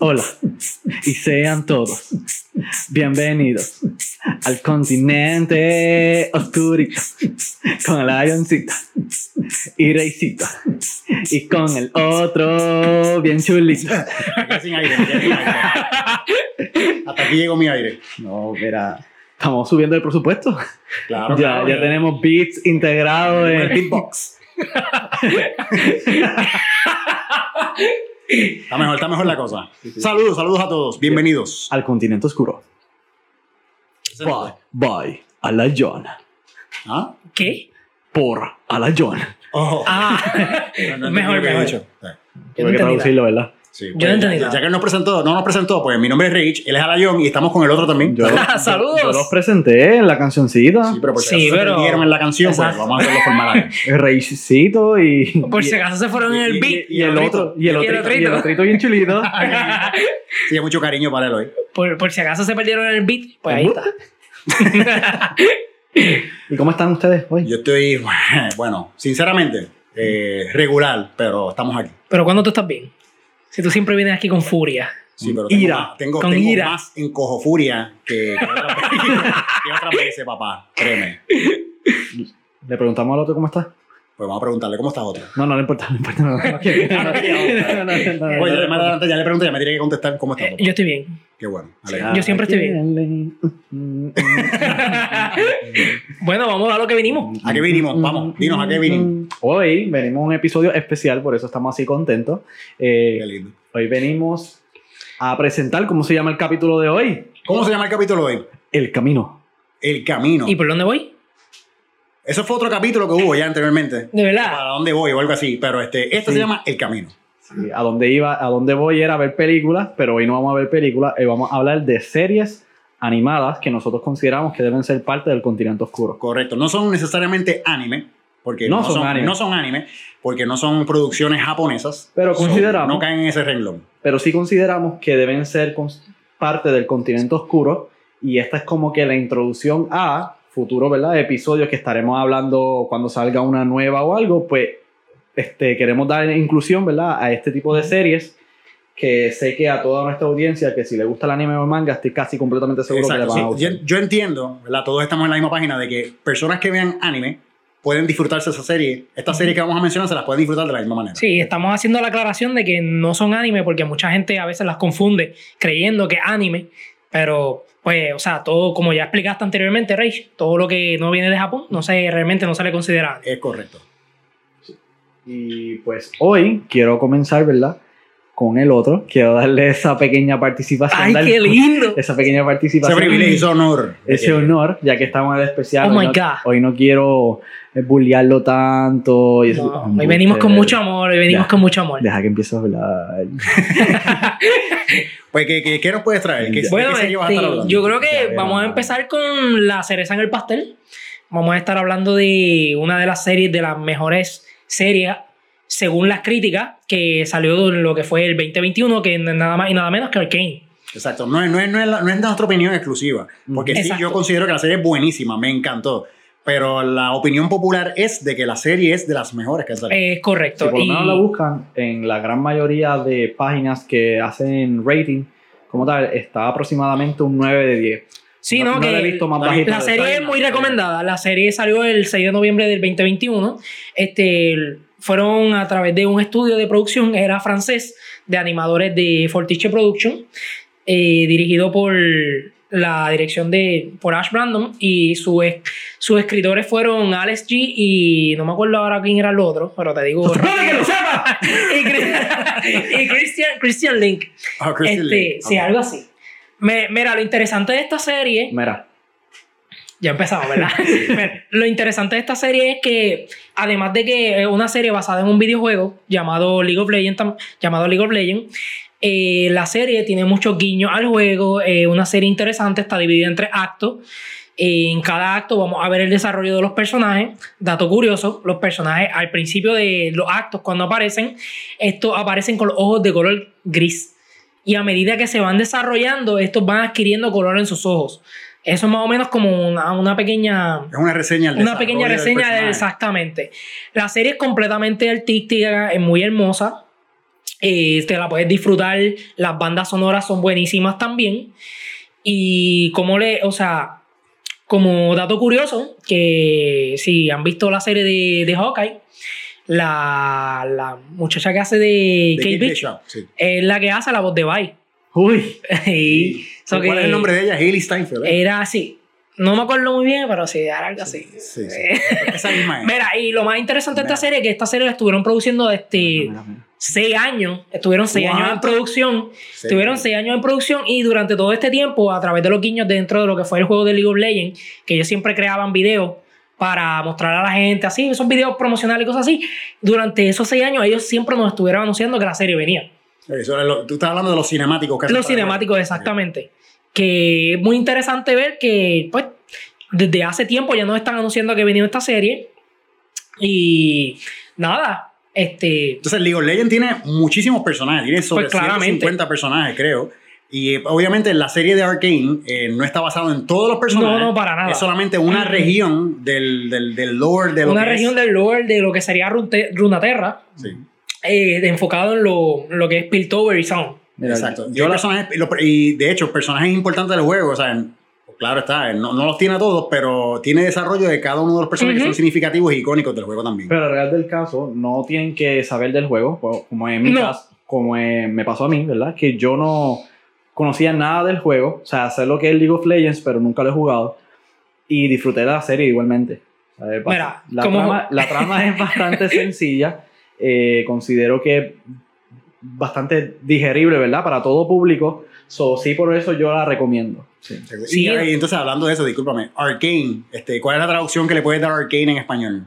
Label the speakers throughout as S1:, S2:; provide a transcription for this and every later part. S1: Hola y sean todos bienvenidos al continente oscurito con Lioncita y Reycito y con el otro bien chulito.
S2: Me quedé sin aire, me quedé sin aire. Hasta aquí llegó mi aire.
S1: No, verá, estamos subiendo el presupuesto.
S2: Claro,
S1: ya,
S2: claro,
S1: ya tenemos beats integrados
S2: Como el
S1: en
S2: beatbox. está mejor, está mejor la cosa. Saludos, saludos a todos. Bienvenidos.
S1: al continente oscuro. Bye, bye a la John.
S2: ¿Ah?
S3: ¿Qué?
S1: Por a la John.
S2: Oh,
S3: Ah,
S2: no, no entendí
S3: mejor,
S2: lo que
S3: mejor.
S2: he dicho.
S3: Yo
S1: Tuve que
S3: no entendí
S1: traducirlo, ¿verdad?
S2: Sí, pues,
S3: Yo no entendí
S2: ya,
S3: nada.
S2: ya que él nos presentó, no nos presentó, pues mi nombre es Rich, él es Alayón y estamos con el otro también.
S1: Yo-
S3: nada. Saludos.
S1: Yo los presenté en la cancioncita.
S2: Sí, pero por si
S3: Sí,
S2: acaso se
S3: pero-
S2: perdieron en la canción, pues
S3: Exacto.
S2: vamos a hacerlo formal acá.
S1: Reisito y.
S3: Por
S1: y-
S3: si acaso se fueron en
S1: y-
S3: el beat.
S1: Y, y el otro. Y el
S3: Y el
S1: otro.
S3: otrito.
S1: Y el otrito bien chulito.
S2: Sí, hay mucho cariño para él hoy.
S3: Por, por si acaso se perdieron en el beat, pues ahí está.
S1: ¿Y cómo están ustedes hoy?
S2: Yo estoy, bueno, sinceramente, eh, regular, pero estamos aquí.
S3: Pero cuando tú estás bien, si tú siempre vienes aquí con furia.
S2: Sí, pero
S1: Ira.
S2: Tengo,
S3: Con
S2: tengo
S3: ira.
S2: más encojofuria que, que otras veces- que otras veces, papá. Créeme.
S1: Le preguntamos al otro cómo está.
S2: Pues vamos a preguntarle, ¿cómo estás otro?
S1: No, no le importa, no le importa. No, no, no, quiere- no, no, no, no, no, no,
S2: Oye, ya,
S1: no,
S2: más adelante ya le pregunté, ya me tiene que contestar cómo estás.
S3: Eh,
S2: papá.
S3: yo estoy bien.
S2: Qué bueno.
S1: no.
S2: alegre.
S3: Yo siempre estoy Bueno, vamos a lo que vinimos.
S2: ¿A qué vinimos? Vamos, dinos, ¿a qué vinimos?
S1: Hoy venimos a un episodio especial, por eso estamos así contentos. Eh,
S2: Qué lindo.
S1: hoy venimos a presentar, ¿cómo se llama el capítulo de hoy?
S2: ¿Cómo se llama el capítulo hoy?
S1: El camino.
S2: El camino.
S3: ¿Y por dónde voy?
S2: Eso fue otro capítulo que hubo ya anteriormente.
S3: De verdad.
S2: ¿Para dónde voy o algo así? Pero este, este
S1: Sí.
S2: se llama El Camino.
S1: Sí, a dónde iba, a dónde voy era a ver películas, pero hoy no vamos a ver películas, hoy vamos a hablar de series animadas que nosotros consideramos que deben ser parte del continente oscuro.
S2: Correcto. No son necesariamente anime. Porque
S1: No son anime.
S2: no son anime, porque no son producciones japonesas.
S1: Pero
S2: So,
S1: consideramos-
S2: No caen en ese renglón.
S1: Pero sí consideramos que deben ser cons- parte del continente oscuro y esta es como que la introducción a futuros, ¿verdad? Episodios que estaremos hablando cuando salga una nueva o algo, pues este, queremos dar inclusión, ¿verdad? A este tipo de series que sé que a toda nuestra audiencia, que si le gusta el anime o el manga, estoy casi completamente seguro que le
S2: Exacto,
S1: van a
S2: sí.
S1: gustar.
S2: yo, yo entiendo, ¿verdad? todos estamos en la misma página, de que personas que vean anime pueden disfrutarse esa serie. Esta serie que vamos a mencionar se las pueden disfrutar de la misma manera.
S3: Sí, estamos haciendo la aclaración de que no son anime porque mucha gente a veces las confunde creyendo que es anime. Pero, pues, o sea, todo, como ya explicaste anteriormente, Rage, todo lo que no viene de Japón, no sé, realmente no se le considera anime.
S2: Es correcto.
S1: Y pues hoy quiero comenzar, ¿verdad? Con el otro. Quiero darle esa pequeña participación.
S3: ¡Ay,
S1: darle-
S3: qué lindo!
S1: Esa pequeña
S2: Ese
S1: participación.
S2: privilegio, ese honor.
S1: Ese honor, ya que estamos en el especial.
S3: Eh, Oh
S1: hoy
S3: my
S1: no-
S3: God.
S1: Hoy no quiero eh, bullearlo tanto. Y eso-
S3: No,
S1: Hombre,
S3: hoy venimos con
S1: eh,
S3: mucho amor, hoy venimos
S1: Ya.
S3: con mucho amor.
S1: Deja que empiece a hablar.
S2: Pues, ¿qué, qué, qué nos puedes traer? ¿Qué,
S3: Bueno,
S2: de qué serie vas a estar
S3: este,
S2: hablando?
S3: yo creo que
S1: Ya, ya.
S3: vamos a empezar con la cereza en el pastel. Vamos a estar hablando de una de las series, de las mejores series, según las críticas, que salió en lo que fue el 2021, que no es nada más y nada menos que Arcane.
S2: Exacto, no es, no, es, no, es la- no es nuestra opinión exclusiva, porque sí,
S3: Exacto.
S2: yo considero que la serie es buenísima, me encantó, pero la opinión popular es de que la serie es de las mejores que han salido.
S3: Es
S1: Si
S3: correcto.
S1: por lo
S3: y-
S1: menos la buscan en la gran mayoría de páginas que hacen rating, como tal, está aproximadamente un 9 de 10.
S3: sí,
S1: no,
S3: no,
S1: no
S3: que
S1: la he visto más
S2: la-
S1: bajita.
S3: La
S1: de
S3: serie es
S2: China.
S3: muy recomendada. La serie salió el 6 de noviembre del 2021. Este, el- fueron a través de un estudio de producción, era francés, de animadores de Fortiche Production, eh, dirigido por la dirección de por Ash Brandon y su es- sus escritores fueron Alex G y no me acuerdo ahora quién era el otro, pero te digo
S1: ¡Supone que lo sepa!
S3: y, Cri- y Christian, Christian Link,
S2: Ah, Christy
S3: este,
S2: Lee.
S3: sí,
S2: Ok.
S3: algo así. Me- mira, lo interesante de esta serie
S1: Mira,
S3: ya empezamos, ¿verdad? Pero lo interesante de esta serie es que, además de que es una serie basada en un videojuego llamado League of Legends, tam- llamado League of Legends eh, la serie tiene muchos guiños al juego, eh, una serie interesante, está dividida en tres actos. En cada acto vamos a ver el desarrollo de los personajes. Dato curioso, los personajes al principio de los actos, cuando aparecen, estos aparecen con los ojos de color gris. Y a medida que se van desarrollando, estos van adquiriendo color en sus ojos. Eso es más o menos como una, una pequeña
S2: Es una reseña. al
S3: una pequeña
S2: desarrollo del
S3: reseña de
S2: personaje.
S3: exactamente. La serie es completamente artística, es muy hermosa. Eh, te la puedes disfrutar. Las bandas sonoras son buenísimas también. Y como le, o sea, como dato curioso, que si han visto la serie de, de Hawkeye, la, la muchacha que hace de,
S2: De
S3: Kate
S2: Kate
S3: Bishop
S2: Bishop, sí.
S3: es la que hace la voz de Bye.
S1: Uy,
S3: Y- so
S2: ¿Cuál
S3: que
S2: es el nombre de ella? Hailey Steinfeld. ¿eh?
S3: Era así. No me acuerdo muy bien, pero sí, era algo así.
S2: Sí, sí. Esa misma es.
S3: Mira, y lo más interesante de esta
S2: Mira.
S3: serie es que esta serie la estuvieron produciendo este
S1: Mira, mira.
S3: seis años. Estuvieron seis años en
S2: ¿Cuánto?
S3: producción.
S2: Sí.
S3: Estuvieron seis años en producción y durante todo este tiempo, a través de los guiños dentro de lo que fue el juego de League of Legends, que ellos siempre creaban videos para mostrar a la gente, así, esos videos promocionales y cosas así. Durante esos seis años, ellos siempre nos estuvieron anunciando que la serie venía.
S2: Eso era lo- tú estás hablando de los cinemáticos. que hacen
S3: Los
S2: para-
S3: cinemáticos, exactamente. Que es muy interesante ver que, pues, desde hace tiempo ya nos están anunciando que venía esta serie. Y nada, este.
S2: Entonces, League of Legends tiene muchísimos personajes, tiene sobre
S3: Pues, claramente.
S2: 150 personajes, creo. Y eh, obviamente la serie de Arkane eh, no está basada en todos los personajes.
S3: No, no, para nada.
S2: Es solamente una
S3: Mm.
S2: región del, del, del lore de lo
S3: Una
S2: que
S3: región
S2: es.
S3: del lore de lo que sería Runte- Runaterra,
S2: Sí,
S3: eh, enfocado en lo, lo que es Piltover y Sound.
S1: Mira,
S2: exacto. Y,
S1: Yo
S2: hay
S1: la,
S2: personajes- y los- y, de hecho, personajes importantes del juego, o sea, en- claro está, eh, no, no los tiene a todos, pero tiene desarrollo de cada uno de los personajes
S3: Ujú.
S2: que son significativos e icónicos del juego también.
S1: pero la realidad del caso, no tienen que saber del juego, pues, como en mi
S3: No.
S1: caso, como eh, me pasó a mí, ¿verdad? Que yo no conocía nada del juego, o sea, sé lo que es League of Legends, pero nunca lo he jugado, y disfruté de la serie igualmente. O sea, es bas-
S3: Mira,
S1: la,
S3: como-
S1: trama, la trama es bastante sencilla, eh, considero que bastante digerible, ¿verdad? Para todo público, so, sí, por eso yo la recomiendo. Sí.
S3: Sí.
S2: Y, ahí, entonces, hablando de eso, discúlpame, Arkane, este, ¿cuál es la traducción que le puedes dar a Arkane en español?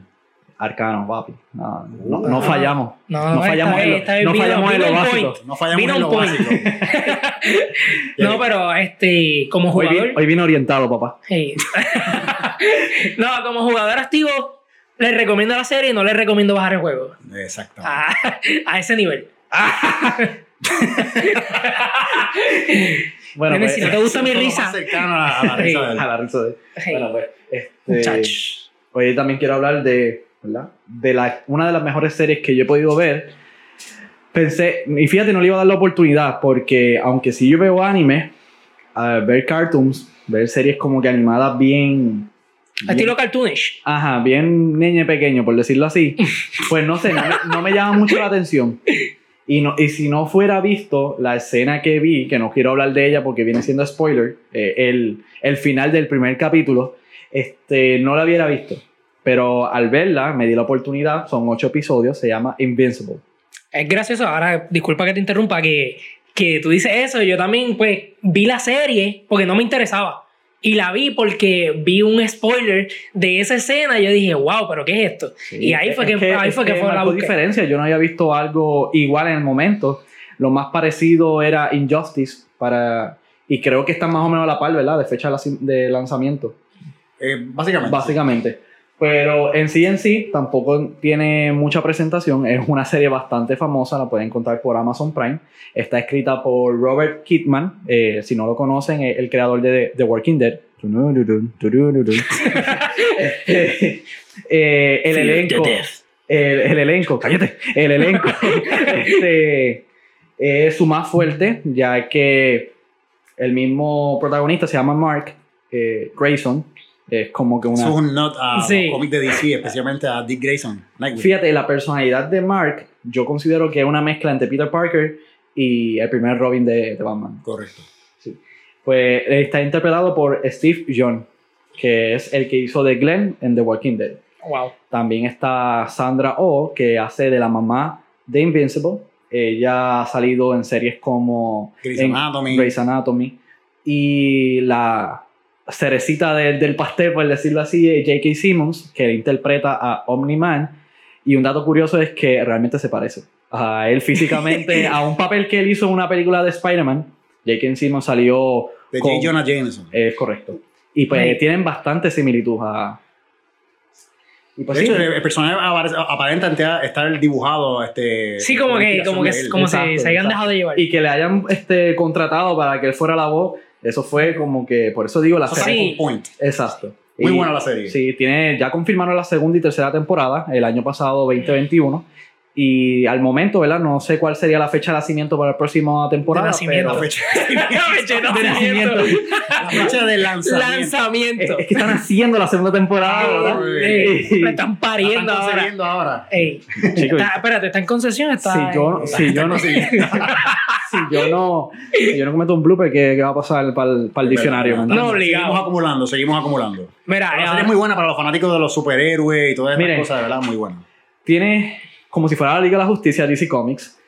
S1: Arcano, papi. No, no-
S2: Uh.
S1: no fallamos.
S3: No,
S1: No fallamos
S3: esta
S1: en
S3: vez-
S1: lo-
S3: esta vez
S1: no
S3: vino-
S1: fallamos en lo
S3: vino en
S1: básico.
S3: point.
S2: No fallamos
S3: Vino
S2: en
S3: un
S2: lo
S3: point.
S2: básico.
S1: Eh,
S3: No, pero este, como
S1: Hoy,
S3: jugador.
S1: vi- hoy vino orientado, papá.
S3: Sí. no, como jugador activo, les recomiendo la serie y no les recomiendo bajar el juego.
S2: Exacto.
S3: Ah, a ese nivel.
S1: Bueno,
S3: Nene,
S1: pues,
S3: si no te gusta mi
S2: Lo más
S3: risa.
S2: cercano a la, a la risa de él.
S1: a la risa de-
S3: Hey,
S1: Bueno, pues, este,
S3: muchachos.
S1: hoy también quiero hablar de, ¿verdad? de la, una de las mejores series que yo he podido ver. Pensé, y fíjate, no le iba a dar la oportunidad, porque aunque si yo veo anime, a ver cartoons, ver series como que animadas bien. bien-
S3: Estilo cartoonish.
S1: Ajá, bien niño pequeño, por decirlo así. Pues no sé, no me, no me llama mucho la atención. Y, no, y si no fuera visto la escena que vi, que no quiero hablar de ella porque viene siendo spoiler, eh, el, el final del primer capítulo, este, no la hubiera visto. Pero al verla, me di la oportunidad, son ocho episodios, se llama Invincible.
S3: Es gracioso. Ahora, disculpa que te interrumpa, que, que tú dices eso. Yo también, pues, vi la serie porque no me interesaba. Y la vi porque vi un spoiler de esa escena y yo dije, wow, pero ¿qué es esto? y ahí fue
S1: Es
S3: que, ahí
S1: es
S3: fue que, fue la
S1: marcó
S3: búsqueda.
S1: diferencia, yo no había visto algo igual en el momento. Lo más parecido era Injustice para... Y creo que está más o menos a la par, ¿verdad? De fecha de la- de lanzamiento.
S2: Eh, básicamente.
S1: Básicamente. Pero en sí en sí tampoco tiene mucha presentación. Es una serie bastante famosa, la pueden encontrar por Amazon Prime. Está escrita por Robert Kidman. eh, si no lo conocen, es el creador de The Walking Dead. Eh, Este, eh, el
S2: Fear
S1: elenco.
S2: the Death.
S1: El, el elenco, cállate. El elenco este, es su más fuerte, ya que el mismo protagonista se llama Mark eh, Grayson. Es como que una.
S2: Eso es un not a
S3: Sí.
S2: cómic de DC, especialmente a Dick Grayson. Nightwing.
S1: Fíjate, la personalidad de Mark, yo considero que es una mezcla entre Peter Parker y el primer Robin de, de Batman.
S2: Correcto.
S1: Pues está interpretado por Steve John, que es el que hizo de Glenn en The Walking Dead.
S3: Wow.
S1: También está Sandra Oh, que hace de la mamá de Invincible. Ella ha salido en series como
S2: Grey's
S1: en
S2: Anatomy.
S1: Grey's Anatomy. Y la cerecita de- del pastel, por decirlo así, es J.K. Simmons, que interpreta a Omni-Man. Y un dato curioso es que realmente se parece a él físicamente, a un papel que él hizo en una película de Spider-Man. J.K. Simmons salió,
S2: de
S1: con- Eh,
S2: J. Jonah Jameson.
S1: es correcto. Y pues
S3: Nice.
S1: tienen bastante similitud a... Y pues
S2: de
S1: sí,
S2: hecho, eh, el, el personaje apare- aparentemente estar dibujado. Este,
S3: Sí, como
S2: con la
S3: que,
S2: inspiración
S3: como que,
S2: de él.
S3: como se,
S1: Exacto,
S3: se hayan
S1: exacto.
S3: dejado de llevar.
S1: y que le hayan este, contratado para que él fuera la voz, eso fue como que, por eso digo la
S2: Eso sale
S1: serie.
S3: Sí.
S2: con point.
S1: Exacto.
S2: Muy
S1: Y-
S2: buena la serie.
S1: Sí, tiene, ya confirmaron la segunda y tercera temporada el año pasado, 2021. Y al momento, ¿verdad? No sé cuál sería la fecha de nacimiento para la próxima temporada.
S3: nacimiento.
S1: pero-
S2: La fecha,
S3: de nacimiento.
S2: la fecha de lanzamiento.
S3: Lanzamiento.
S1: es, es que están haciendo la segunda temporada. ¿verdad?
S3: Ey,
S1: Sí.
S3: Me están
S2: Están
S3: pariendo ahora.
S2: concediendo ahora.
S3: Ey,
S1: Chicos,
S3: está- espérate, está en concesión. Está
S1: si
S3: en-
S1: yo, no- si yo no, si yo no, si yo no cometo un blooper, ¿qué, qué va a pasar para el, para el diccionario?
S2: Verdad,
S1: man?
S3: No, obligado.
S2: Seguimos acumulando, seguimos acumulando.
S3: Mira,
S2: La
S3: ahora-
S2: serie es muy buena para los fanáticos de los superhéroes y todas esas
S1: Miren.
S2: cosas, de verdad, muy buena.
S1: Tiene, como si fuera la Liga de la Justicia, DC Comics.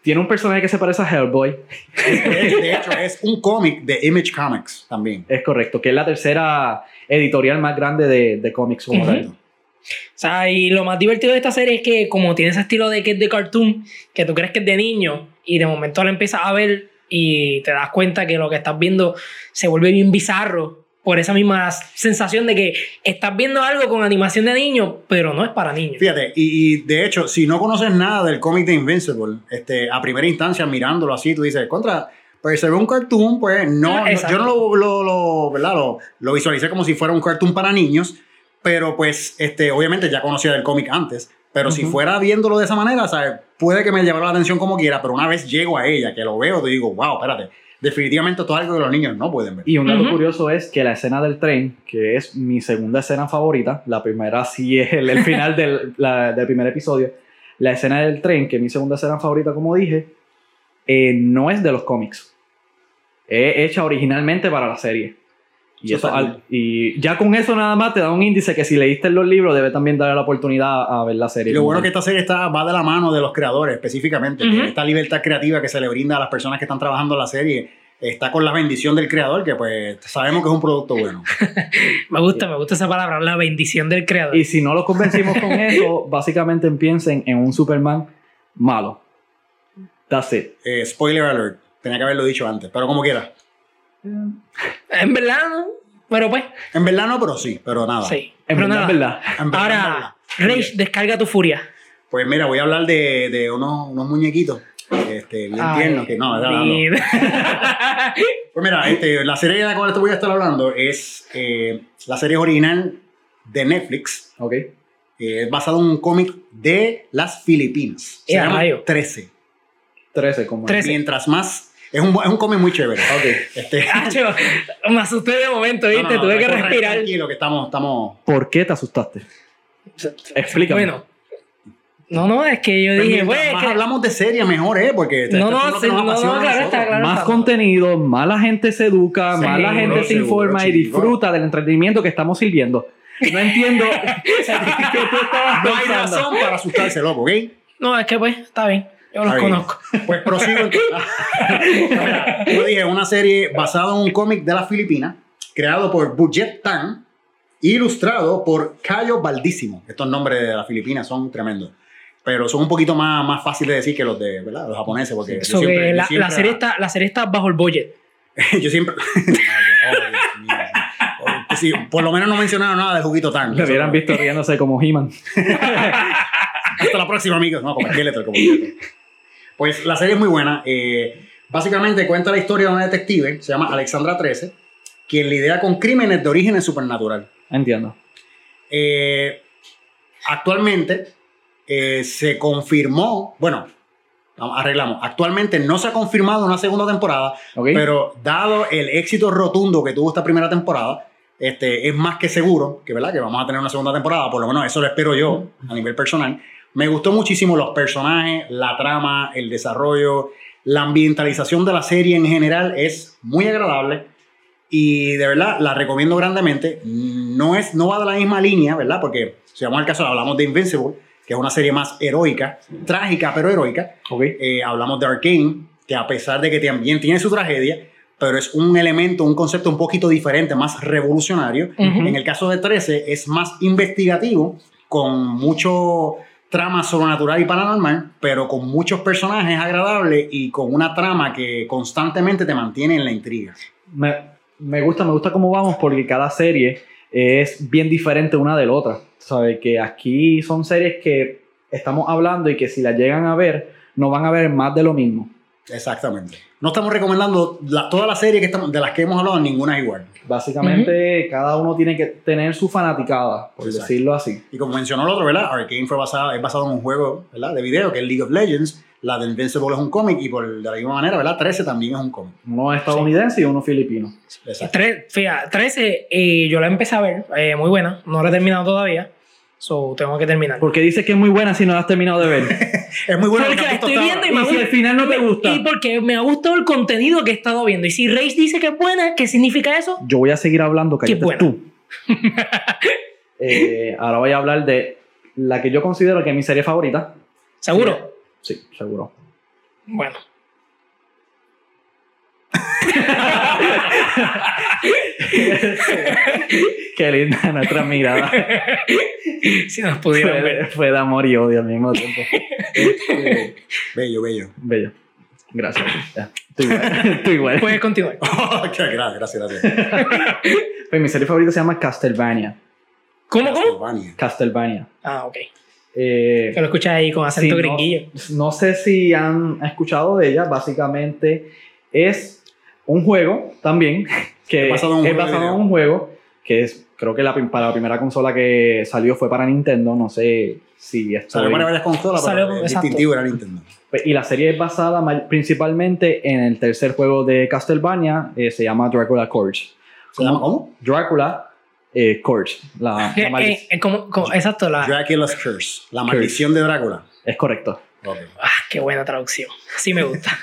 S1: Tiene un personaje que se parece a Hellboy.
S2: De hecho, Eh, de hecho, es un cómic de Image Comics también.
S1: Es correcto, que es la tercera editorial más grande de, de cómics como
S3: Ujú.
S1: tal.
S3: O sea, y lo más divertido de esta serie es que como tiene ese estilo de que es de cartoon, que tú crees que es de niño, y de momento la empiezas a ver y te das cuenta que lo que estás viendo se vuelve bien bizarro por esa misma sensación de que estás viendo algo con animación de niño, pero no es para niños.
S2: Fíjate, y, y de hecho, si no conoces nada del cómic de Invincible, este, a primera instancia mirándolo así, tú dices, contra, pues se ve un cartoon, pues no,
S3: Ah,
S2: no-
S3: exacto.
S2: yo no lo, lo, lo, ¿verdad? Lo, lo visualicé como si fuera un cartoon para niños, pero pues, este, obviamente ya conocía del cómic antes, pero si
S1: Ujú.
S2: fuera viéndolo de esa manera, ¿sabes? Puede que me llamara la atención como quiera, pero una vez llego a ella, que lo veo, te digo, wow, espérate, definitivamente esto es algo que los niños no pueden ver.
S1: Y un dato
S3: Ujú.
S1: curioso es que la escena del tren, que es mi segunda escena favorita, la primera sí es el, el final del, la- del primer episodio, la escena del tren, que es mi segunda escena favorita, como dije, eh, no es de los cómics. Es hecha originalmente para la serie. Y, eso
S2: Eso está
S1: al- y ya con eso nada más te da un índice que si leíste los libros debe también darle la oportunidad a ver la serie.
S2: Y lo bueno
S1: como
S2: que esta serie está, va de la mano de los creadores específicamente. que
S3: Ujú.
S2: Esta libertad creativa que se le brinda a las personas que están trabajando en la serie está con la bendición del creador, que pues sabemos que es un producto bueno.
S3: Me gusta, me gusta esa palabra, la bendición del creador.
S1: Y si no los convencimos con eso, básicamente piensen en un Superman malo. That's it.
S2: Eh, spoiler alert, tenía que haberlo dicho antes, pero como quiera.
S3: En verdad, ¿no? pero pues,
S2: En verdad no, pero sí, pero nada.
S3: sí.
S1: En
S3: Pero
S1: verdad,
S3: nada.
S1: verdad.
S2: En verdad, en verdad.
S3: Ahora, Rage, descarga tu furia.
S2: Pues mira, voy a hablar de, de unos, unos muñequitos. Este, bien
S3: Ay,
S2: tiernos, que no, ¿verdad? No. Pues mira, este, la serie de la cual te voy a estar hablando es eh, la serie original de Netflix,
S1: Ok.
S2: Eh, es basado en un cómic de las Filipinas. Se
S3: ¡Eh, a
S2: llama
S3: rayo!
S2: 13.
S1: 13 como.
S3: 13.
S2: Mientras más. Es un, bu- es un cómic muy chévere.
S1: Ok.
S2: Este,
S3: Hacho, me asusté de momento,
S2: no,
S3: Ah, ¿viste?
S2: no, no,
S3: Tuve que
S2: tranquilo,
S3: respirar.
S2: Tranquilo, que estamos. estamos
S1: ¿Por qué te asustaste? Explícame.
S3: Bueno. No, no, es que yo
S2: Pues
S3: dije,
S2: mientras
S3: güey,
S2: más
S3: que-
S2: hablamos de serie, mejor, ¿eh? Porque. esto
S3: No,
S2: es
S3: no,
S2: lo que
S3: sí,
S2: nos
S3: no, no,
S2: apasiona a
S3: claro
S2: nosotros.
S3: está, claro.
S1: Más
S3: está.
S1: contenido, más la gente se educa, más la
S3: Seguro,
S1: gente se
S2: seguro,
S1: informa y
S2: chico.
S1: disfruta del entretenimiento que estamos sirviendo. No entiendo qué tú estabas
S2: No hay
S1: pensando.
S2: razón para asustarse, loco, ¿ok?
S3: no, es que pues, está bien, yo los
S2: Está bien.
S3: conozco.
S2: Pues prosigo. en- Mira, Yo dije, una serie basada en un cómic de las Filipinas, creado por Budget Tan, ilustrado por Cayo Baldísimo. Estos nombres de las Filipinas son tremendos. Pero son un poquito más, más fáciles de decir que los de ¿verdad? los japoneses. Porque yo
S3: So que
S2: siempre- yo
S3: la,
S2: siempre-
S3: la serie está, la serie está bajo el budget.
S2: Yo siempre. Ay, oh, Dios mío. Oh, sí, por lo menos no mencionaron nada de Juguito Tan.
S1: Me hubieran visto riéndose como He-Man.
S2: Hasta la próxima, amigos. No, como Skeletor, como Skeletor. Pues la serie es muy buena. Eh, básicamente cuenta la historia de una detective, se llama Alexandra 13, quien lidia con crímenes de origen supernatural.
S1: Entiendo.
S2: Eh, actualmente eh, se confirmó, bueno, no, arreglamos, actualmente no se ha confirmado una segunda temporada,
S1: ¿Ok?
S2: pero dado el éxito rotundo que tuvo esta primera temporada, este, es más que seguro que, ¿verdad? que vamos a tener una segunda temporada, por lo menos eso lo espero yo a nivel personal. Me gustó muchísimo los personajes, la trama, el desarrollo, la ambientalización de la serie en general es muy agradable y de verdad la recomiendo grandemente. No, es, no va de la misma línea, ¿verdad? Porque si vamos al caso, hablamos de Invincible, que es una serie más heroica, trágica pero heroica.
S1: Ok.
S2: Eh, hablamos de Arkane, que a pesar de que también tiene su tragedia, pero es un elemento, un concepto un poquito diferente, más revolucionario.
S3: Ujú.
S2: En el caso de 13 es más investigativo, con mucho trama sobrenatural y paranormal, pero con muchos personajes agradables y con una trama que constantemente te mantiene en la intriga.
S1: me, me gusta, me gusta cómo vamos porque cada serie es bien diferente una de la otra. Sabes que aquí son series que estamos hablando y que si las llegan a ver, no van a ver más de lo mismo.
S2: Exactamente. No estamos recomendando la- todas las series que estamos, de las que hemos hablado, ninguna es igual.
S1: Básicamente, cada uno tiene que tener su fanaticada, por
S2: Exacto.
S1: decirlo así.
S2: Y como mencionó el otro, ¿verdad? Arkane fue basada, es basado en un juego ¿verdad? de video que es League of Legends. La de Invincible es un cómic y por, de la misma manera, ¿verdad? 13 también es un cómic.
S1: Uno estadounidense y uno filipino.
S2: Exacto.
S3: Tres, fíjate, 13, eh, yo la empecé a ver, eh, muy buena, no la he terminado todavía, so tengo que terminar.
S1: Porque dices que es muy buena si no la has terminado de ver.
S2: Es muy bueno
S3: Porque
S2: lo que has visto
S3: estoy
S2: hasta
S3: viendo
S2: ahora.
S1: y si al final no te gusta,
S3: Y porque me ha gustado el contenido que he estado viendo. Y si Reis dice que es buena, ¿qué significa eso?
S1: yo voy a seguir hablando, cállate
S3: Qué buena.
S1: tú. Eh, ahora voy a hablar de la que yo considero que es mi serie favorita.
S3: ¿Seguro?
S1: Sí, seguro.
S3: Bueno.
S1: Qué linda nuestra mirada.
S3: Si nos pudieran ver.
S1: fue, fue de amor y odio al mismo tiempo. Este,
S2: Eh, Bello, bello.
S1: bello. Gracias. Ya, Estoy igual. Estoy igual.
S3: Puedes continuar.
S2: gracias, gracias, gracias.
S1: Pues mi serie favorita se llama Castlevania.
S3: ¿Cómo, cómo?
S2: Castlevania.
S1: Castlevania.
S3: Ah, ok.
S1: Eh,
S3: Que lo escuchas ahí con acento
S1: Sí, no.
S3: gringuillo.
S1: no sé si han escuchado de ella. Básicamente es un juego también que
S2: Es basado en un
S1: es
S2: juego de
S1: basado en
S2: video.
S1: un juego que es creo que la, prim- para la primera consola que salió fue para Nintendo. No sé si está
S2: Salió para varias consolas,
S3: Salió-
S2: pero el
S3: exacto.
S2: distintivo era Nintendo.
S1: Pues, Y la serie es basada ma- principalmente en el tercer juego de Castlevania, eh, se llama Dracula Courage.
S2: ¿Se llama cómo?
S1: Dracula eh, Courage, la, la maldi-
S3: Eh, eh, como- como- exacto, la.
S2: Dracula's Ah. Curse. La maldición de Drácula.
S1: es correcto.
S2: Ok.
S3: Ah, qué buena traducción. Sí me gusta.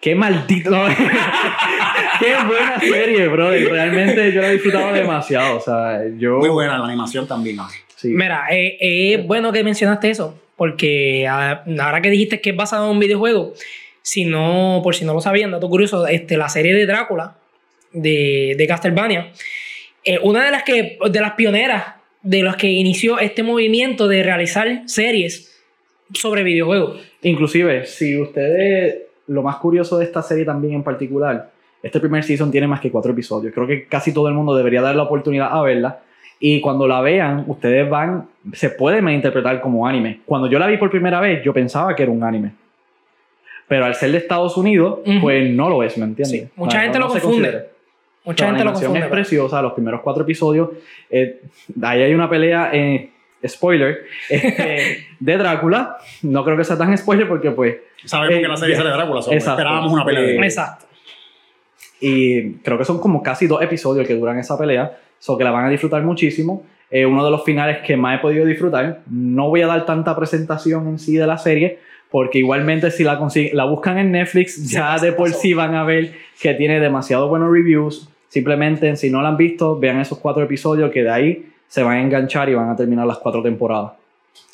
S1: Qué maldito. no. Qué buena serie, bro. Realmente yo la he disfrutado demasiado. O sea, yo.
S2: Muy buena la animación también.
S1: sí.
S3: Mira, eh, eh, es bueno que mencionaste eso, porque ah, ahora que dijiste que es basado en un videojuego, si no, por si no lo sabían, dato curioso, este, la serie de Drácula de, de Castlevania, eh, una de las que de las pioneras de los que inició este movimiento de realizar series sobre videojuegos.
S1: Inclusive, si ustedes. Lo más curioso de esta serie también en particular, este primer season tiene más que cuatro episodios. Creo que casi todo el mundo debería dar la oportunidad a verla. Y cuando la vean, ustedes van. Se puede interpretar como anime. Cuando yo la vi por primera vez, yo pensaba que era un anime. Pero al ser de Estados Unidos,
S3: Ujú.
S1: pues no lo es, ¿me entiendes?
S3: Sí, mucha gente lo
S1: se
S3: confunde.
S1: considera.
S3: Mucha
S1: la
S3: gente lo
S1: animación
S3: confunde.
S1: es preciosa, los primeros cuatro episodios. eh, ahí hay una pelea, eh, spoiler, este, de Drácula. No creo que sea tan spoiler porque pues...
S2: Sabemos
S1: Eh,
S2: que la serie
S1: ya.
S2: sale de Drácula, so,
S1: Exacto.
S2: esperábamos una pelea.
S1: Eh,
S2: de
S3: Exacto.
S1: Y creo que son como casi dos episodios que duran esa pelea. So que la van a disfrutar muchísimo. Eh, uno de los finales que más he podido disfrutar. No voy a dar tanta presentación en sí de la serie. Porque igualmente si la, consiguen- la buscan en Netflix,
S3: Sí,
S1: ya
S3: pasó,
S1: de por
S3: pasó.
S1: sí van a ver que tiene demasiado buenos reviews. Simplemente, si no la han visto, vean esos cuatro episodios que de ahí se van a enganchar y van a terminar las cuatro temporadas.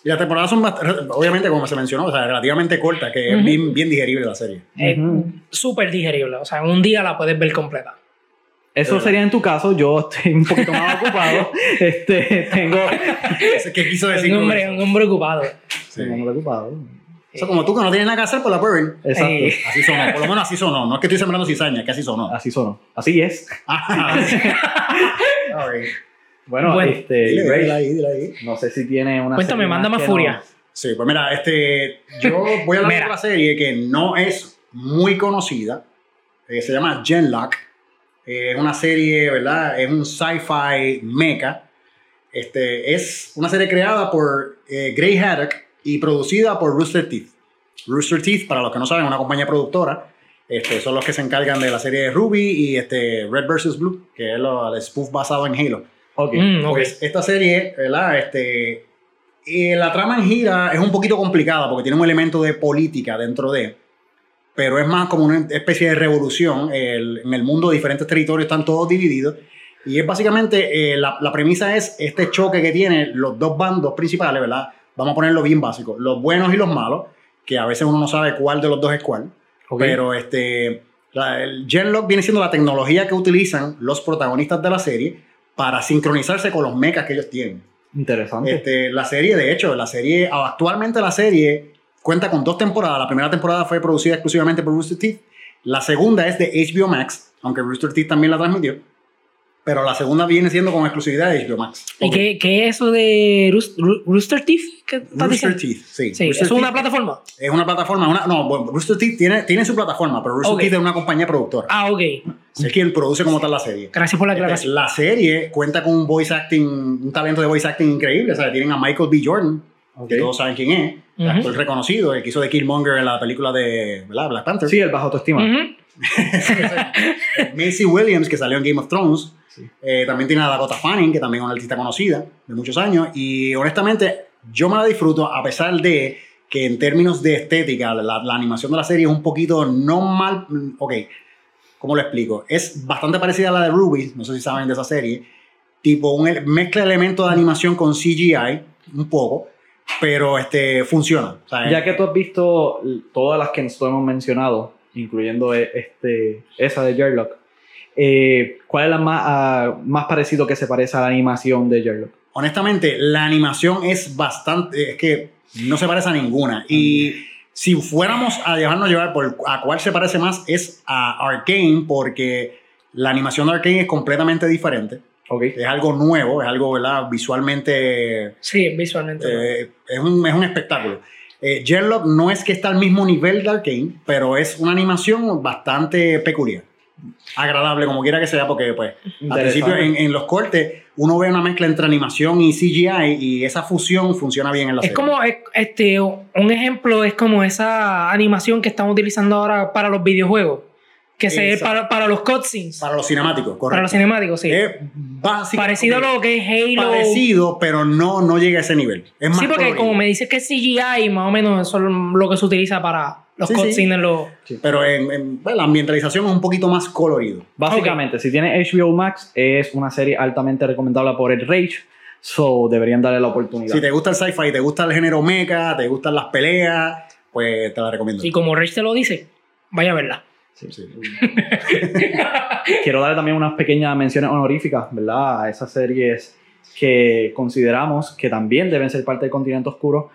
S2: Y las temporadas son, bast- re- obviamente, como se mencionó, o sea, relativamente cortas, que es
S3: Ujú.
S2: bien, bien digerible la serie.
S3: Es
S1: Ujú.
S3: Eh, súper digerible. O sea, en un día la puedes ver completa.
S1: Eso
S2: Pero-
S1: sería en tu caso, yo estoy un poquito más ocupado. Este, tengo...
S2: Eso, ¿Qué quiso decir?
S3: Un
S2: con
S3: hombre,
S2: eso?
S3: un hombre ocupado.
S2: Sí.
S1: Tengo muy ocupado.
S2: Eso como tú que no tienes nada que hacer, pues la puedes ver.
S1: Exacto.
S3: Eh,
S2: Así sonó, por lo menos así sonó. No es que estoy sembrando cizaña, es que así sonó.
S1: Así sonó. Así es.
S2: Sorry.
S1: Bueno,
S3: Bueno.
S1: este,
S2: Dile,
S1: Ray,
S2: dile ahí, dile ahí.
S1: no sé si tiene una.
S3: Cuéntame,
S1: serie
S3: manda más
S1: que
S3: furia.
S2: Sí, pues mira, este, yo voy a hablar de
S3: Mira.
S2: otra serie que no es muy conocida. Eh, se llama Genlock. Eh, es una serie, ¿verdad? Es un sci-fi mecha. Este, es una serie creada por eh, Grey Haddock y producida por Rooster Teeth. Rooster Teeth, para los que no saben, es una compañía productora. Este, son los que se encargan de la serie de Ruby y este, Red vs. Blue, que es lo, el spoof basado en Halo.
S1: Ok.
S3: Mm, ok.
S2: Pues, esta serie, ¿verdad? Este, eh, la trama en gira es un poquito complicada porque tiene un elemento de política dentro de, pero es más como una especie de revolución. El- en el mundo diferentes territorios están todos divididos y es básicamente, eh, la, la premisa es este choque que tienen los dos bandos principales, ¿verdad? Vamos a ponerlo bien básico, los buenos y los malos, que a veces uno no sabe cuál de los dos es cuál.
S1: ok.
S2: Pero este, la- el Genlock viene siendo la tecnología que utilizan los protagonistas de la serie para sincronizarse con los mechas que ellos tienen.
S1: Interesante.
S2: Este, la serie, de hecho, la serie, actualmente la serie cuenta con dos temporadas. La primera temporada fue producida exclusivamente por Rooster Teeth. La segunda es de HBO Max, aunque Rooster Teeth también la transmitió. pero la segunda viene siendo con exclusividad de HBO Max.
S3: ¿Y qué, qué es eso de Roos- Ro- Rooster Teeth? ¿Qué estás
S2: Rooster
S3: diciendo?
S2: Teeth, sí.
S3: Sí,
S2: Rooster
S3: es una
S2: Teeth
S3: plataforma.
S2: es una plataforma, una- no, bueno, Rooster Teeth tiene, tiene su plataforma, pero Rooster
S3: Ok.
S2: Teeth es una compañía productora.
S3: Ah, ok.
S2: Es quien produce como tal la serie.
S3: Gracias por la
S2: Este,
S3: aclaración.
S2: La serie cuenta con un voice acting, un talento de voice acting increíble. O sea, tienen a Michael B. Jordan, que todos saben quién es, el
S3: Ujú.
S2: actor reconocido, el que hizo de Killmonger en la película de ¿verdad? Black Panther.
S1: Sí, el bajo
S2: eh,
S1: autoestima.
S3: Ujú.
S2: Macy Williams, que salió en Game of Thrones.
S1: Sí.
S2: Eh, también tiene a Dakota Fanning, que también es una artista conocida de muchos años. Y honestamente, yo me la disfruto a pesar de que en términos de estética, la, la animación de la serie es un poquito no mal... mm, Ok, ¿cómo lo explico? Es bastante parecida a la de Ruby, no sé si saben de esa serie. Tipo, un, ele- mezcla elementos de animación con CGI, un poco, pero este, funciona. O sea,
S1: Ya que tú has visto l- todas las que nosotros hemos mencionado, incluyendo e- este, esa de Sherlock, eh, ¿cuál es la más, ah, más parecido que se parece a la animación de Sherlock?
S2: honestamente, la animación es bastante, es que no se parece a ninguna. Y si fuéramos a dejarnos llevar por a cuál se parece más es a Arkane, porque la animación de Arkane es completamente diferente.
S1: Ok.
S2: Es algo nuevo, es algo ¿verdad? visualmente,
S3: Sí, visualmente.
S2: eh, es, un, es un espectáculo. Eh, Sherlock no es que está al mismo nivel de Arkane, pero es una animación bastante peculiar. Agradable, como quiera que sea, porque pues al principio, en, en los cortes, uno ve una mezcla entre animación y CGI y esa fusión funciona bien en la
S3: Es
S2: serie.
S3: como, es- este, un ejemplo es como esa animación que están utilizando ahora para los videojuegos. Que se,
S2: Exacto.
S3: para, para los cutscenes. Para,
S2: Para los cinemáticos, correcto.
S3: los cinemáticos, sí.
S2: Es básico-
S3: Parecido a lo que es Halo.
S2: Parecido, pero no, no llega a ese nivel. Es más
S3: Sí, porque
S2: colorido.
S3: como me dices que es CGI, más o menos eso es lo que se utiliza para los
S2: Sí, sí.
S3: cutscenes. en Los...
S2: Pero en, en- bueno, la ambientalización es un poquito más colorido.
S1: Básicamente, si tienes HBO Max, es una serie altamente recomendable por el Rage, so deberían darle la oportunidad.
S2: Si te gusta el sci-fi, te gusta el género mecha, te gustan las peleas, pues te la recomiendo.
S3: Y como Rich te lo dice, vaya a verla.
S1: Sí, sí. Quiero darle también unas pequeñas menciones honoríficas, ¿verdad? A esas series que consideramos que también deben ser parte del continente oscuro.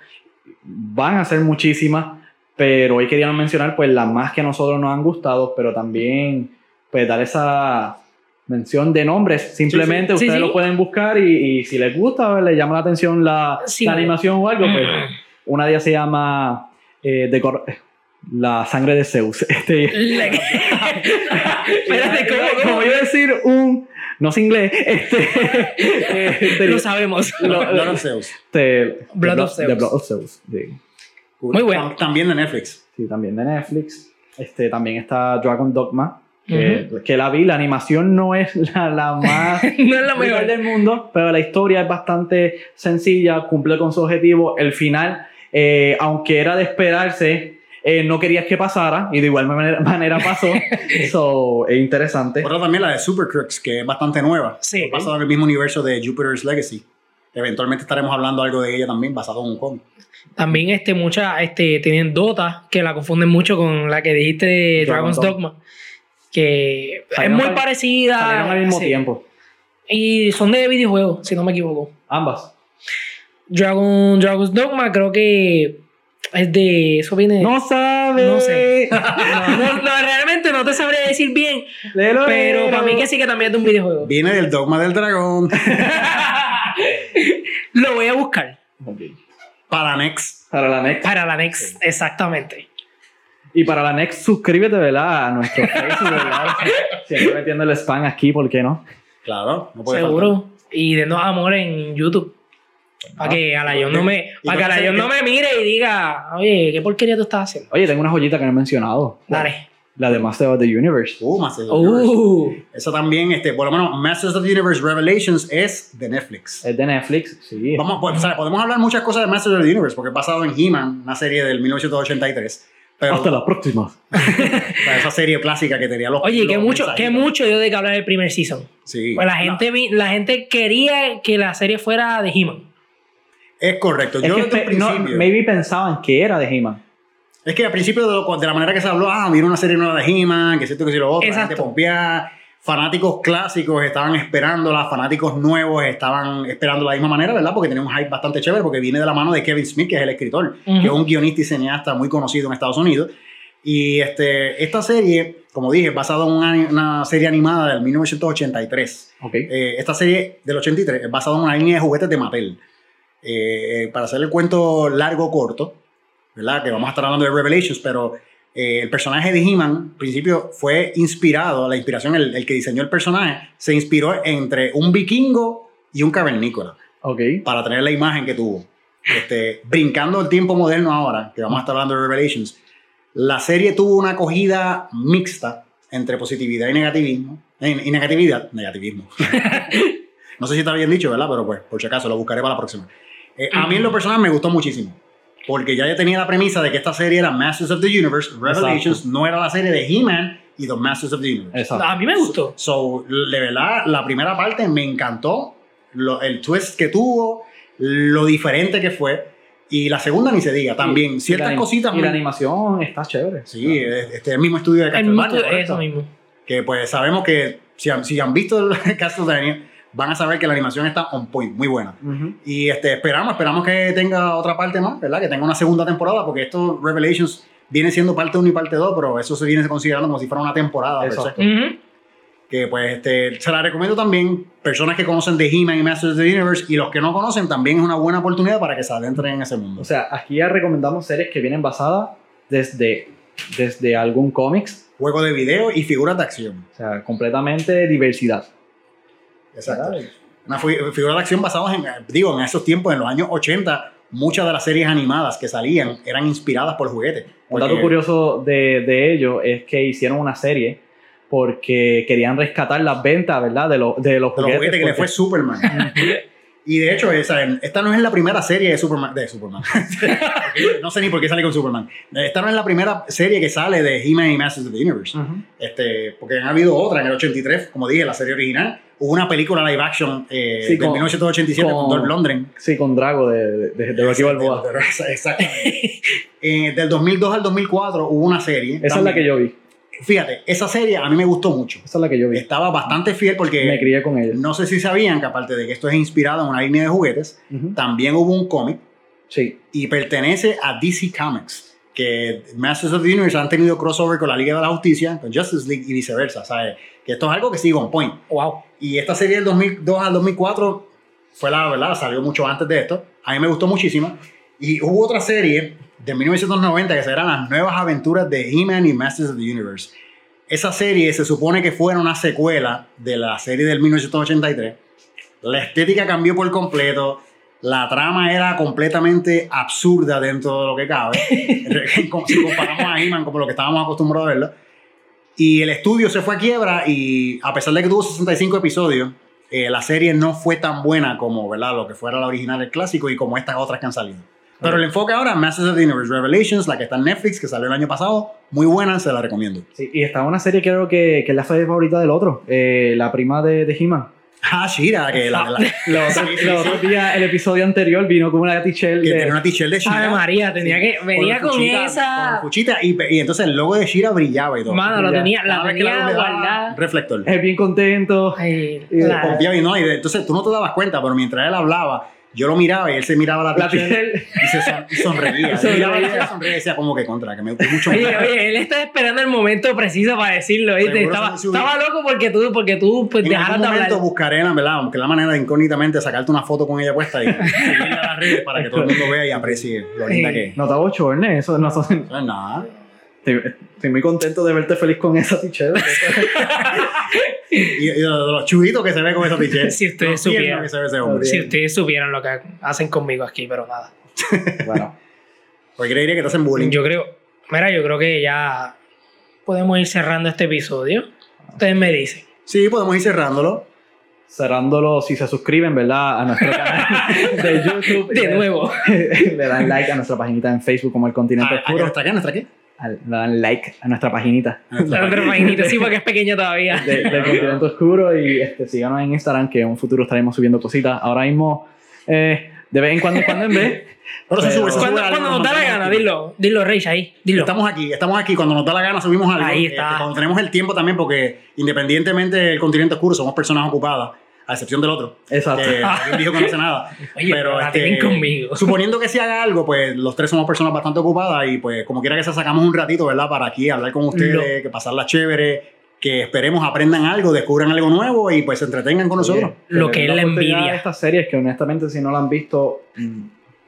S1: Van a ser muchísimas, pero hoy queríamos mencionar pues las más que a nosotros nos han gustado, pero también pues dar esa mención de nombres. Simplemente
S3: Sí, sí.
S1: ustedes
S3: Sí, sí.
S1: lo pueden buscar y, y si les gusta, les llama la atención la,
S3: Sí. Mm.
S1: la animación o algo, pues una de ellas se llama eh, The Cor- La sangre de Zeus. Este,
S3: Le- Espérate, ¿cómo, cómo?
S1: como yo decir un. No sé inglés. Este. eh, de-
S3: Lo sabemos.
S1: lo-
S2: Blood of Zeus.
S1: este,
S3: Blood
S1: de
S3: of
S1: Blo-
S3: Zeus.
S1: de Blood of Zeus. sí.
S3: Muy bueno.
S2: Tam- También de Netflix.
S1: Sí, también de Netflix. Este, también está Dragon Dogma. Que, que la vi, la animación no es la, la más
S3: no es lo
S1: brutal
S3: mejor.
S1: del mundo, pero la historia es bastante sencilla, cumple con su objetivo. El final, eh, aunque era de esperarse, eh, no querías que pasara y de igual manera, manera pasó. Eso es interesante.
S2: Otra también la de Super Crooks, que es bastante nueva.
S3: Sí.
S2: basado en el mismo universo de Jupiter's Legacy. Eventualmente estaremos hablando algo de ella también, basado en un cómic.
S3: También este, mucha, este, tienen Dota, que la confunden mucho con la que dijiste de
S1: Dragon's
S3: Dragon's Dogma. Que es
S1: Salieron
S3: muy
S1: al-
S3: parecida.
S1: Salieron al mismo
S3: sí.
S1: tiempo.
S3: Y son de videojuegos, si no me equivoco.
S1: Ambas.
S3: Dragon, Dragon's Dogma creo que es de... Eso viene...
S1: No sabe.
S3: No sé. No, no, no, realmente no te sabría decir bien,
S1: Lelo,
S3: pero
S1: lelo.
S3: para mí que sí que también es de un videojuego.
S2: Viene del Dogma del Dragón,
S3: Lo voy a buscar
S1: Ok.
S2: para Next.
S1: Para la next.
S3: para la next, exactamente.
S1: Y para la next, suscríbete, ¿verdad? A nuestro Facebook, ¿verdad? Siempre metiendo el spam aquí, ¿por qué no?
S2: Claro, no puede
S3: Seguro. Y denos amor en YouTube. Para que a la John no me,
S2: Ah, Y
S3: para que a la
S2: no sé
S3: John
S2: qué-
S3: no me mire y diga, oye, ¿qué porquería tú estás haciendo?
S1: Oye, tengo una joyita que no he mencionado.
S3: Dale.
S1: La de Master of the Universe.
S2: faltar. Uh, Masters of the Universe.
S3: Uh,
S2: Eso también, este, por lo menos, Masters of the Universe Revelations es de
S3: Eh,
S2: Netflix.
S1: Es de Netflix, sí.
S2: Vamos, pues, o sea, podemos hablar muchas cosas de Masters of the Universe, porque es basado en He-Man, una serie del 1983. Pero
S1: Hasta la próxima.
S2: esa serie clásica que tenía los.
S3: oye,
S2: los
S3: que mucho, que
S2: mensajitos.
S3: mucho yo de que hablar del primer season.
S2: Sí.
S3: Pues la gente, vi- la gente quería que la serie fuera de He-Man.
S2: Es correcto.
S1: Es
S2: Yo
S1: que
S2: desde el
S1: pe- no,
S2: principio-
S1: maybe pensaban que era de He-Man.
S2: Es que al principio, de, lo- de la manera que se habló, ah, mira una serie nueva de He-Man, que es esto, que es lo otro, la gente
S3: Exacto.
S2: pompeada. Fanáticos clásicos estaban esperándola, fanáticos nuevos estaban esperando de la misma manera, ¿verdad? Porque tiene un hype bastante chévere, porque viene de la mano de Kevin Smith, que es el escritor,
S3: Ujú.
S2: que es un guionista y cineasta muy conocido en Estados Unidos. Y este, esta serie Como dije, basado en una, una serie animada del 1983.
S1: Ok.
S2: Eh, esta serie del 83 es basada en una línea de juguetes de Mattel. Eh, eh, para hacer el cuento largo corto, ¿verdad? Que vamos a estar hablando de Revelations, pero eh, el personaje de He-Man, al principio, fue inspirado, la inspiración, el, el que diseñó el personaje, se inspiró entre un vikingo y un cavernícola,
S1: Ok.
S2: para tener la imagen que tuvo. Este, brincando el tiempo moderno ahora, que vamos a estar hablando de Revelations, la serie tuvo una acogida mixta entre positividad y negativismo. eh, Y negatividad, negativismo. no sé si está bien dicho, ¿verdad? Pero pues, por si acaso, lo buscaré para la próxima. Eh, a mí en lo personal me gustó muchísimo. Porque ya yo tenía la premisa de que esta serie era Masters of the Universe, Revelations, no era la serie de He-Man y los Masters of the Universe.
S1: Exacto.
S3: A mí me gustó.
S2: So, de verdad, la primera parte me encantó. Lo- el twist que tuvo, lo diferente que fue. Y la segunda ni se diga también.
S1: Y-
S2: Ciertas
S1: y la anim-
S2: cositas.
S1: Y la
S2: muy-
S1: animación está chévere.
S2: sí, es- este es el mismo estudio de
S3: El mismo-
S2: Castlevania.
S3: eso
S2: correcto.
S3: mismo.
S2: Que pues sabemos que si han, si han visto el Castlevania, van a saber que la animación está on point, muy buena.
S1: Ujú.
S2: Y este, esperamos, esperamos que tenga otra parte más, ¿verdad? Que tenga una segunda temporada, porque esto, Revelations, viene siendo parte 1 y parte 2, pero eso se viene considerando como si fuera una temporada. per se
S1: Exacto.
S3: Ujú.
S2: que pues este, se la recomiendo también personas que conocen de He-Man y Masters of the Universe y los que no conocen también es una buena oportunidad para que se adentren en ese mundo.
S1: O sea, aquí ya recomendamos series que vienen basadas desde, desde algún cómics.
S2: Juego de video y figuras de acción.
S1: O sea, completamente diversidad.
S2: Exacto. Una fi- figura de acción basadas en, eh, digo, en esos tiempos, en los años 80, muchas de las series animadas que salían eran inspiradas por juguetes.
S1: Un
S2: Porque-
S1: dato curioso de, de ello es que hicieron una serie porque querían rescatar las ventas, ¿verdad? De, los de los
S2: de los
S1: juguetes.
S2: juguetes que le
S1: porque-
S2: fue Superman. y de hecho, esa- esta no es la primera serie de Superman. De Superman. no sé ni por qué sale con Superman. Esta no es la primera serie que sale de He-Man y Masters of the Universe.
S1: Ujú.
S2: este, porque han habido otras en el 83, como dije, la serie original. Hubo una película live action eh,
S1: Sí,
S2: del
S1: con-
S2: 1987 con,
S1: con-
S2: Don Londres.
S1: Sí, con Drago de, de, de, de Rocky Balboa.
S2: Este, Exactamente. Eh, del 2002 al 2004 hubo una serie.
S1: Esa es la que yo vi.
S2: Fíjate, esa serie a mí me gustó mucho.
S1: Esa es la que yo vi.
S2: Estaba bastante fiel
S1: Me
S2: porque
S1: crié con ella.
S2: no sé si sabían que aparte de que esto es inspirado en una línea de juguetes,
S1: Ujú.
S2: también hubo un cómic
S1: Sí.
S2: y pertenece a DC Comics, que Masters of the Universe han tenido crossover con la Liga de la Justicia, con Justice League y viceversa. ¿sabes? Que esto es algo que sigue on point.
S3: Wow.
S2: Y esta serie del 2002 al 2004 fue la verdad, salió mucho antes de esto. A mí me gustó muchísimo. Y hubo otra serie de 1990 que se eran Las Nuevas Aventuras de He-Man y Masters of the Universe. Esa serie se supone que fuera una secuela de la serie del 1983. La estética cambió por completo. La trama era completamente absurda dentro de lo que cabe. si comparamos a He-Man como lo que estábamos acostumbrados a verlo. Y el estudio se fue a quiebra y a pesar de que tuvo 65 episodios, eh, la serie no fue tan buena como ¿verdad? lo que fuera la original, el clásico, y como estas otras que han salido. Pero el enfoque ahora, Masters of the Universe Revelations, la que está en Netflix, que salió el año pasado, muy buena, se la recomiendo.
S1: sí. Y está una serie creo que, que es la serie favorita del otro. eh, la prima de, de He-Man.
S2: Ah, Shira, que, la, la-
S1: Los otros-
S2: Sí, sí,
S1: los
S2: sí.
S1: otros días, el episodio anterior vino con una tichel
S2: que tiene
S1: de...
S2: una t-shirt de Shira.
S3: Ave María, tenía que. Venía con esa.
S2: Fuchita, y, y entonces el logo de Shira brillaba y todo.
S3: Mano, la
S1: Ya.
S3: tenía, la
S2: Cada vez que
S3: tenía
S2: luz le daba,
S3: guardada.
S2: Reflector.
S1: Es bien contento.
S3: Ay,
S1: Y
S3: la-
S2: Confiaba y no, y de- entonces tú no te dabas cuenta, pero mientras él hablaba, yo lo miraba y él se miraba la
S1: La
S2: t-shirt.
S1: tichel...
S2: Y se son- y sonreía. Y
S1: Sonreía.
S2: miraba la sonreía y decía como que contra, que me gusta mucho.
S3: Oye, oye, él está esperando el momento preciso para decirlo, ¿viste?
S2: Seguro
S3: Estaba,
S2: se- se hubiera-
S3: estaba loco porque tú, porque tú pues,
S2: en
S3: dejaras
S2: algún
S3: de hablar.
S2: momento buscaré la verdad, aunque la manera de incógnitamente sacarte una foto con ella puesta y subirla a las redes para que todo el mundo vea y aprecie lo linda que es.
S1: No te hago chorne, eso no son-
S2: No es nada.
S1: Estoy, estoy muy contento de verte feliz con esa tichel.
S2: Y, y de los de los chulitos que se ve con esa t-shirt.
S3: Si ustedes
S2: Lo tierno
S3: supieran.
S2: que se ve pues, ese hombre.
S3: Si ustedes supieran lo que hacen conmigo aquí, pero nada.
S1: bueno,
S2: Porque creería que te hacen bullying.
S3: Yo creo, mira, yo creo que ya podemos ir cerrando este episodio. Ustedes me dicen.
S2: Sí, podemos ir cerrándolo.
S1: cerrándolo, si se suscriben, ¿verdad? A nuestro canal de YouTube.
S3: De nuevo.
S1: Le dan like a nuestra paginita en Facebook como El Continente
S2: Ah, ah,
S1: Oscuro.
S2: ¿Nuestra qué? ¿Nuestra qué?
S1: Al- Le dan like a nuestra paginita
S3: La otra vainita, sí, porque es pequeña todavía.
S1: de- del Continente Oscuro y este, síganos en Instagram que en un futuro estaremos subiendo cositas. Ahora mismo, eh, de vez en cuando, en cuando en vez.
S2: Pero se
S1: Pero-
S2: sube, se sube
S3: Cuando,
S2: algo,
S3: cuando nos da la
S2: mantengamos
S3: gana,
S2: activo.
S3: dilo, dilo, Reyes, ahí, dilo.
S2: Estamos aquí, estamos aquí. Cuando nos da la gana subimos algo.
S3: Ahí
S2: Este,
S3: está.
S2: cuando tenemos el tiempo también, porque independientemente del continente oscuro, somos personas ocupadas. a excepción del otro.
S1: Exacto.
S2: Que nadie dijo que no hace nada.
S3: Oye, pero
S2: pero
S3: la
S2: este,
S3: tienen conmigo.
S2: Suponiendo que se haga algo, pues los tres somos personas bastante ocupadas y pues como quiera que sea sacamos un ratito, ¿verdad? Para aquí hablar con ustedes, que pasarla chévere, que esperemos aprendan algo, descubran algo nuevo y pues se entretengan con nosotros.
S1: Oye,
S3: Lo
S1: tener
S3: que es la
S1: oportunidad
S3: envidia.
S1: de Estas series que honestamente si no la han visto, mm,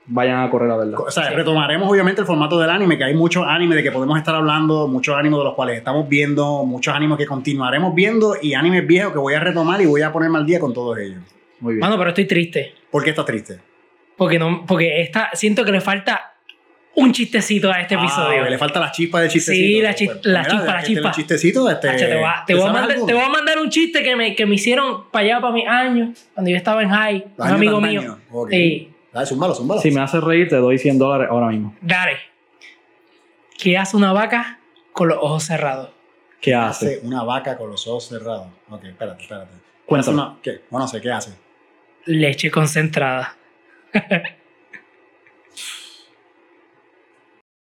S1: vayan a correr a verla.
S2: O sea,
S3: Sí.
S2: retomaremos obviamente el formato del anime, que hay muchos animes de que podemos estar hablando, muchos animes de los cuales estamos viendo, muchos animes que continuaremos viendo y animes viejos que voy a retomar y voy a ponerme al día con todos ellos.
S1: Muy bien.
S3: Mano, pero estoy triste.
S2: ¿Por qué estás triste?
S3: Porque, no, porque esta, siento que le falta un chistecito a este episodio.
S2: Ah, le falta la chispa del chistecito.
S3: Sí, la chi- la chispa, la
S2: este,
S3: chispa.
S2: El chistecito, este,
S3: Hacho, te, voy a- te voy a
S2: ¿sabes
S3: mandar,
S2: algo?
S3: te voy a mandar un chiste que me, que me hicieron para allá, para mis años, cuando yo estaba en high,
S2: Los
S3: un
S2: años
S3: amigo
S2: antaño.
S3: mío.
S2: Ok.
S3: Sí.
S2: Dale, zúmbalo, zúmbalo.
S1: Si me hace reír, te doy 100 dólares ahora mismo.
S3: Dale. ¿Qué hace una vaca con los ojos cerrados?
S1: ¿Qué hace?
S2: hace una vaca con los ojos cerrados. Ok, espérate, espérate.
S1: Cuéntame.
S2: Hace una- ¿Qué? Bueno, no sé, ¿qué hace?
S3: Leche concentrada.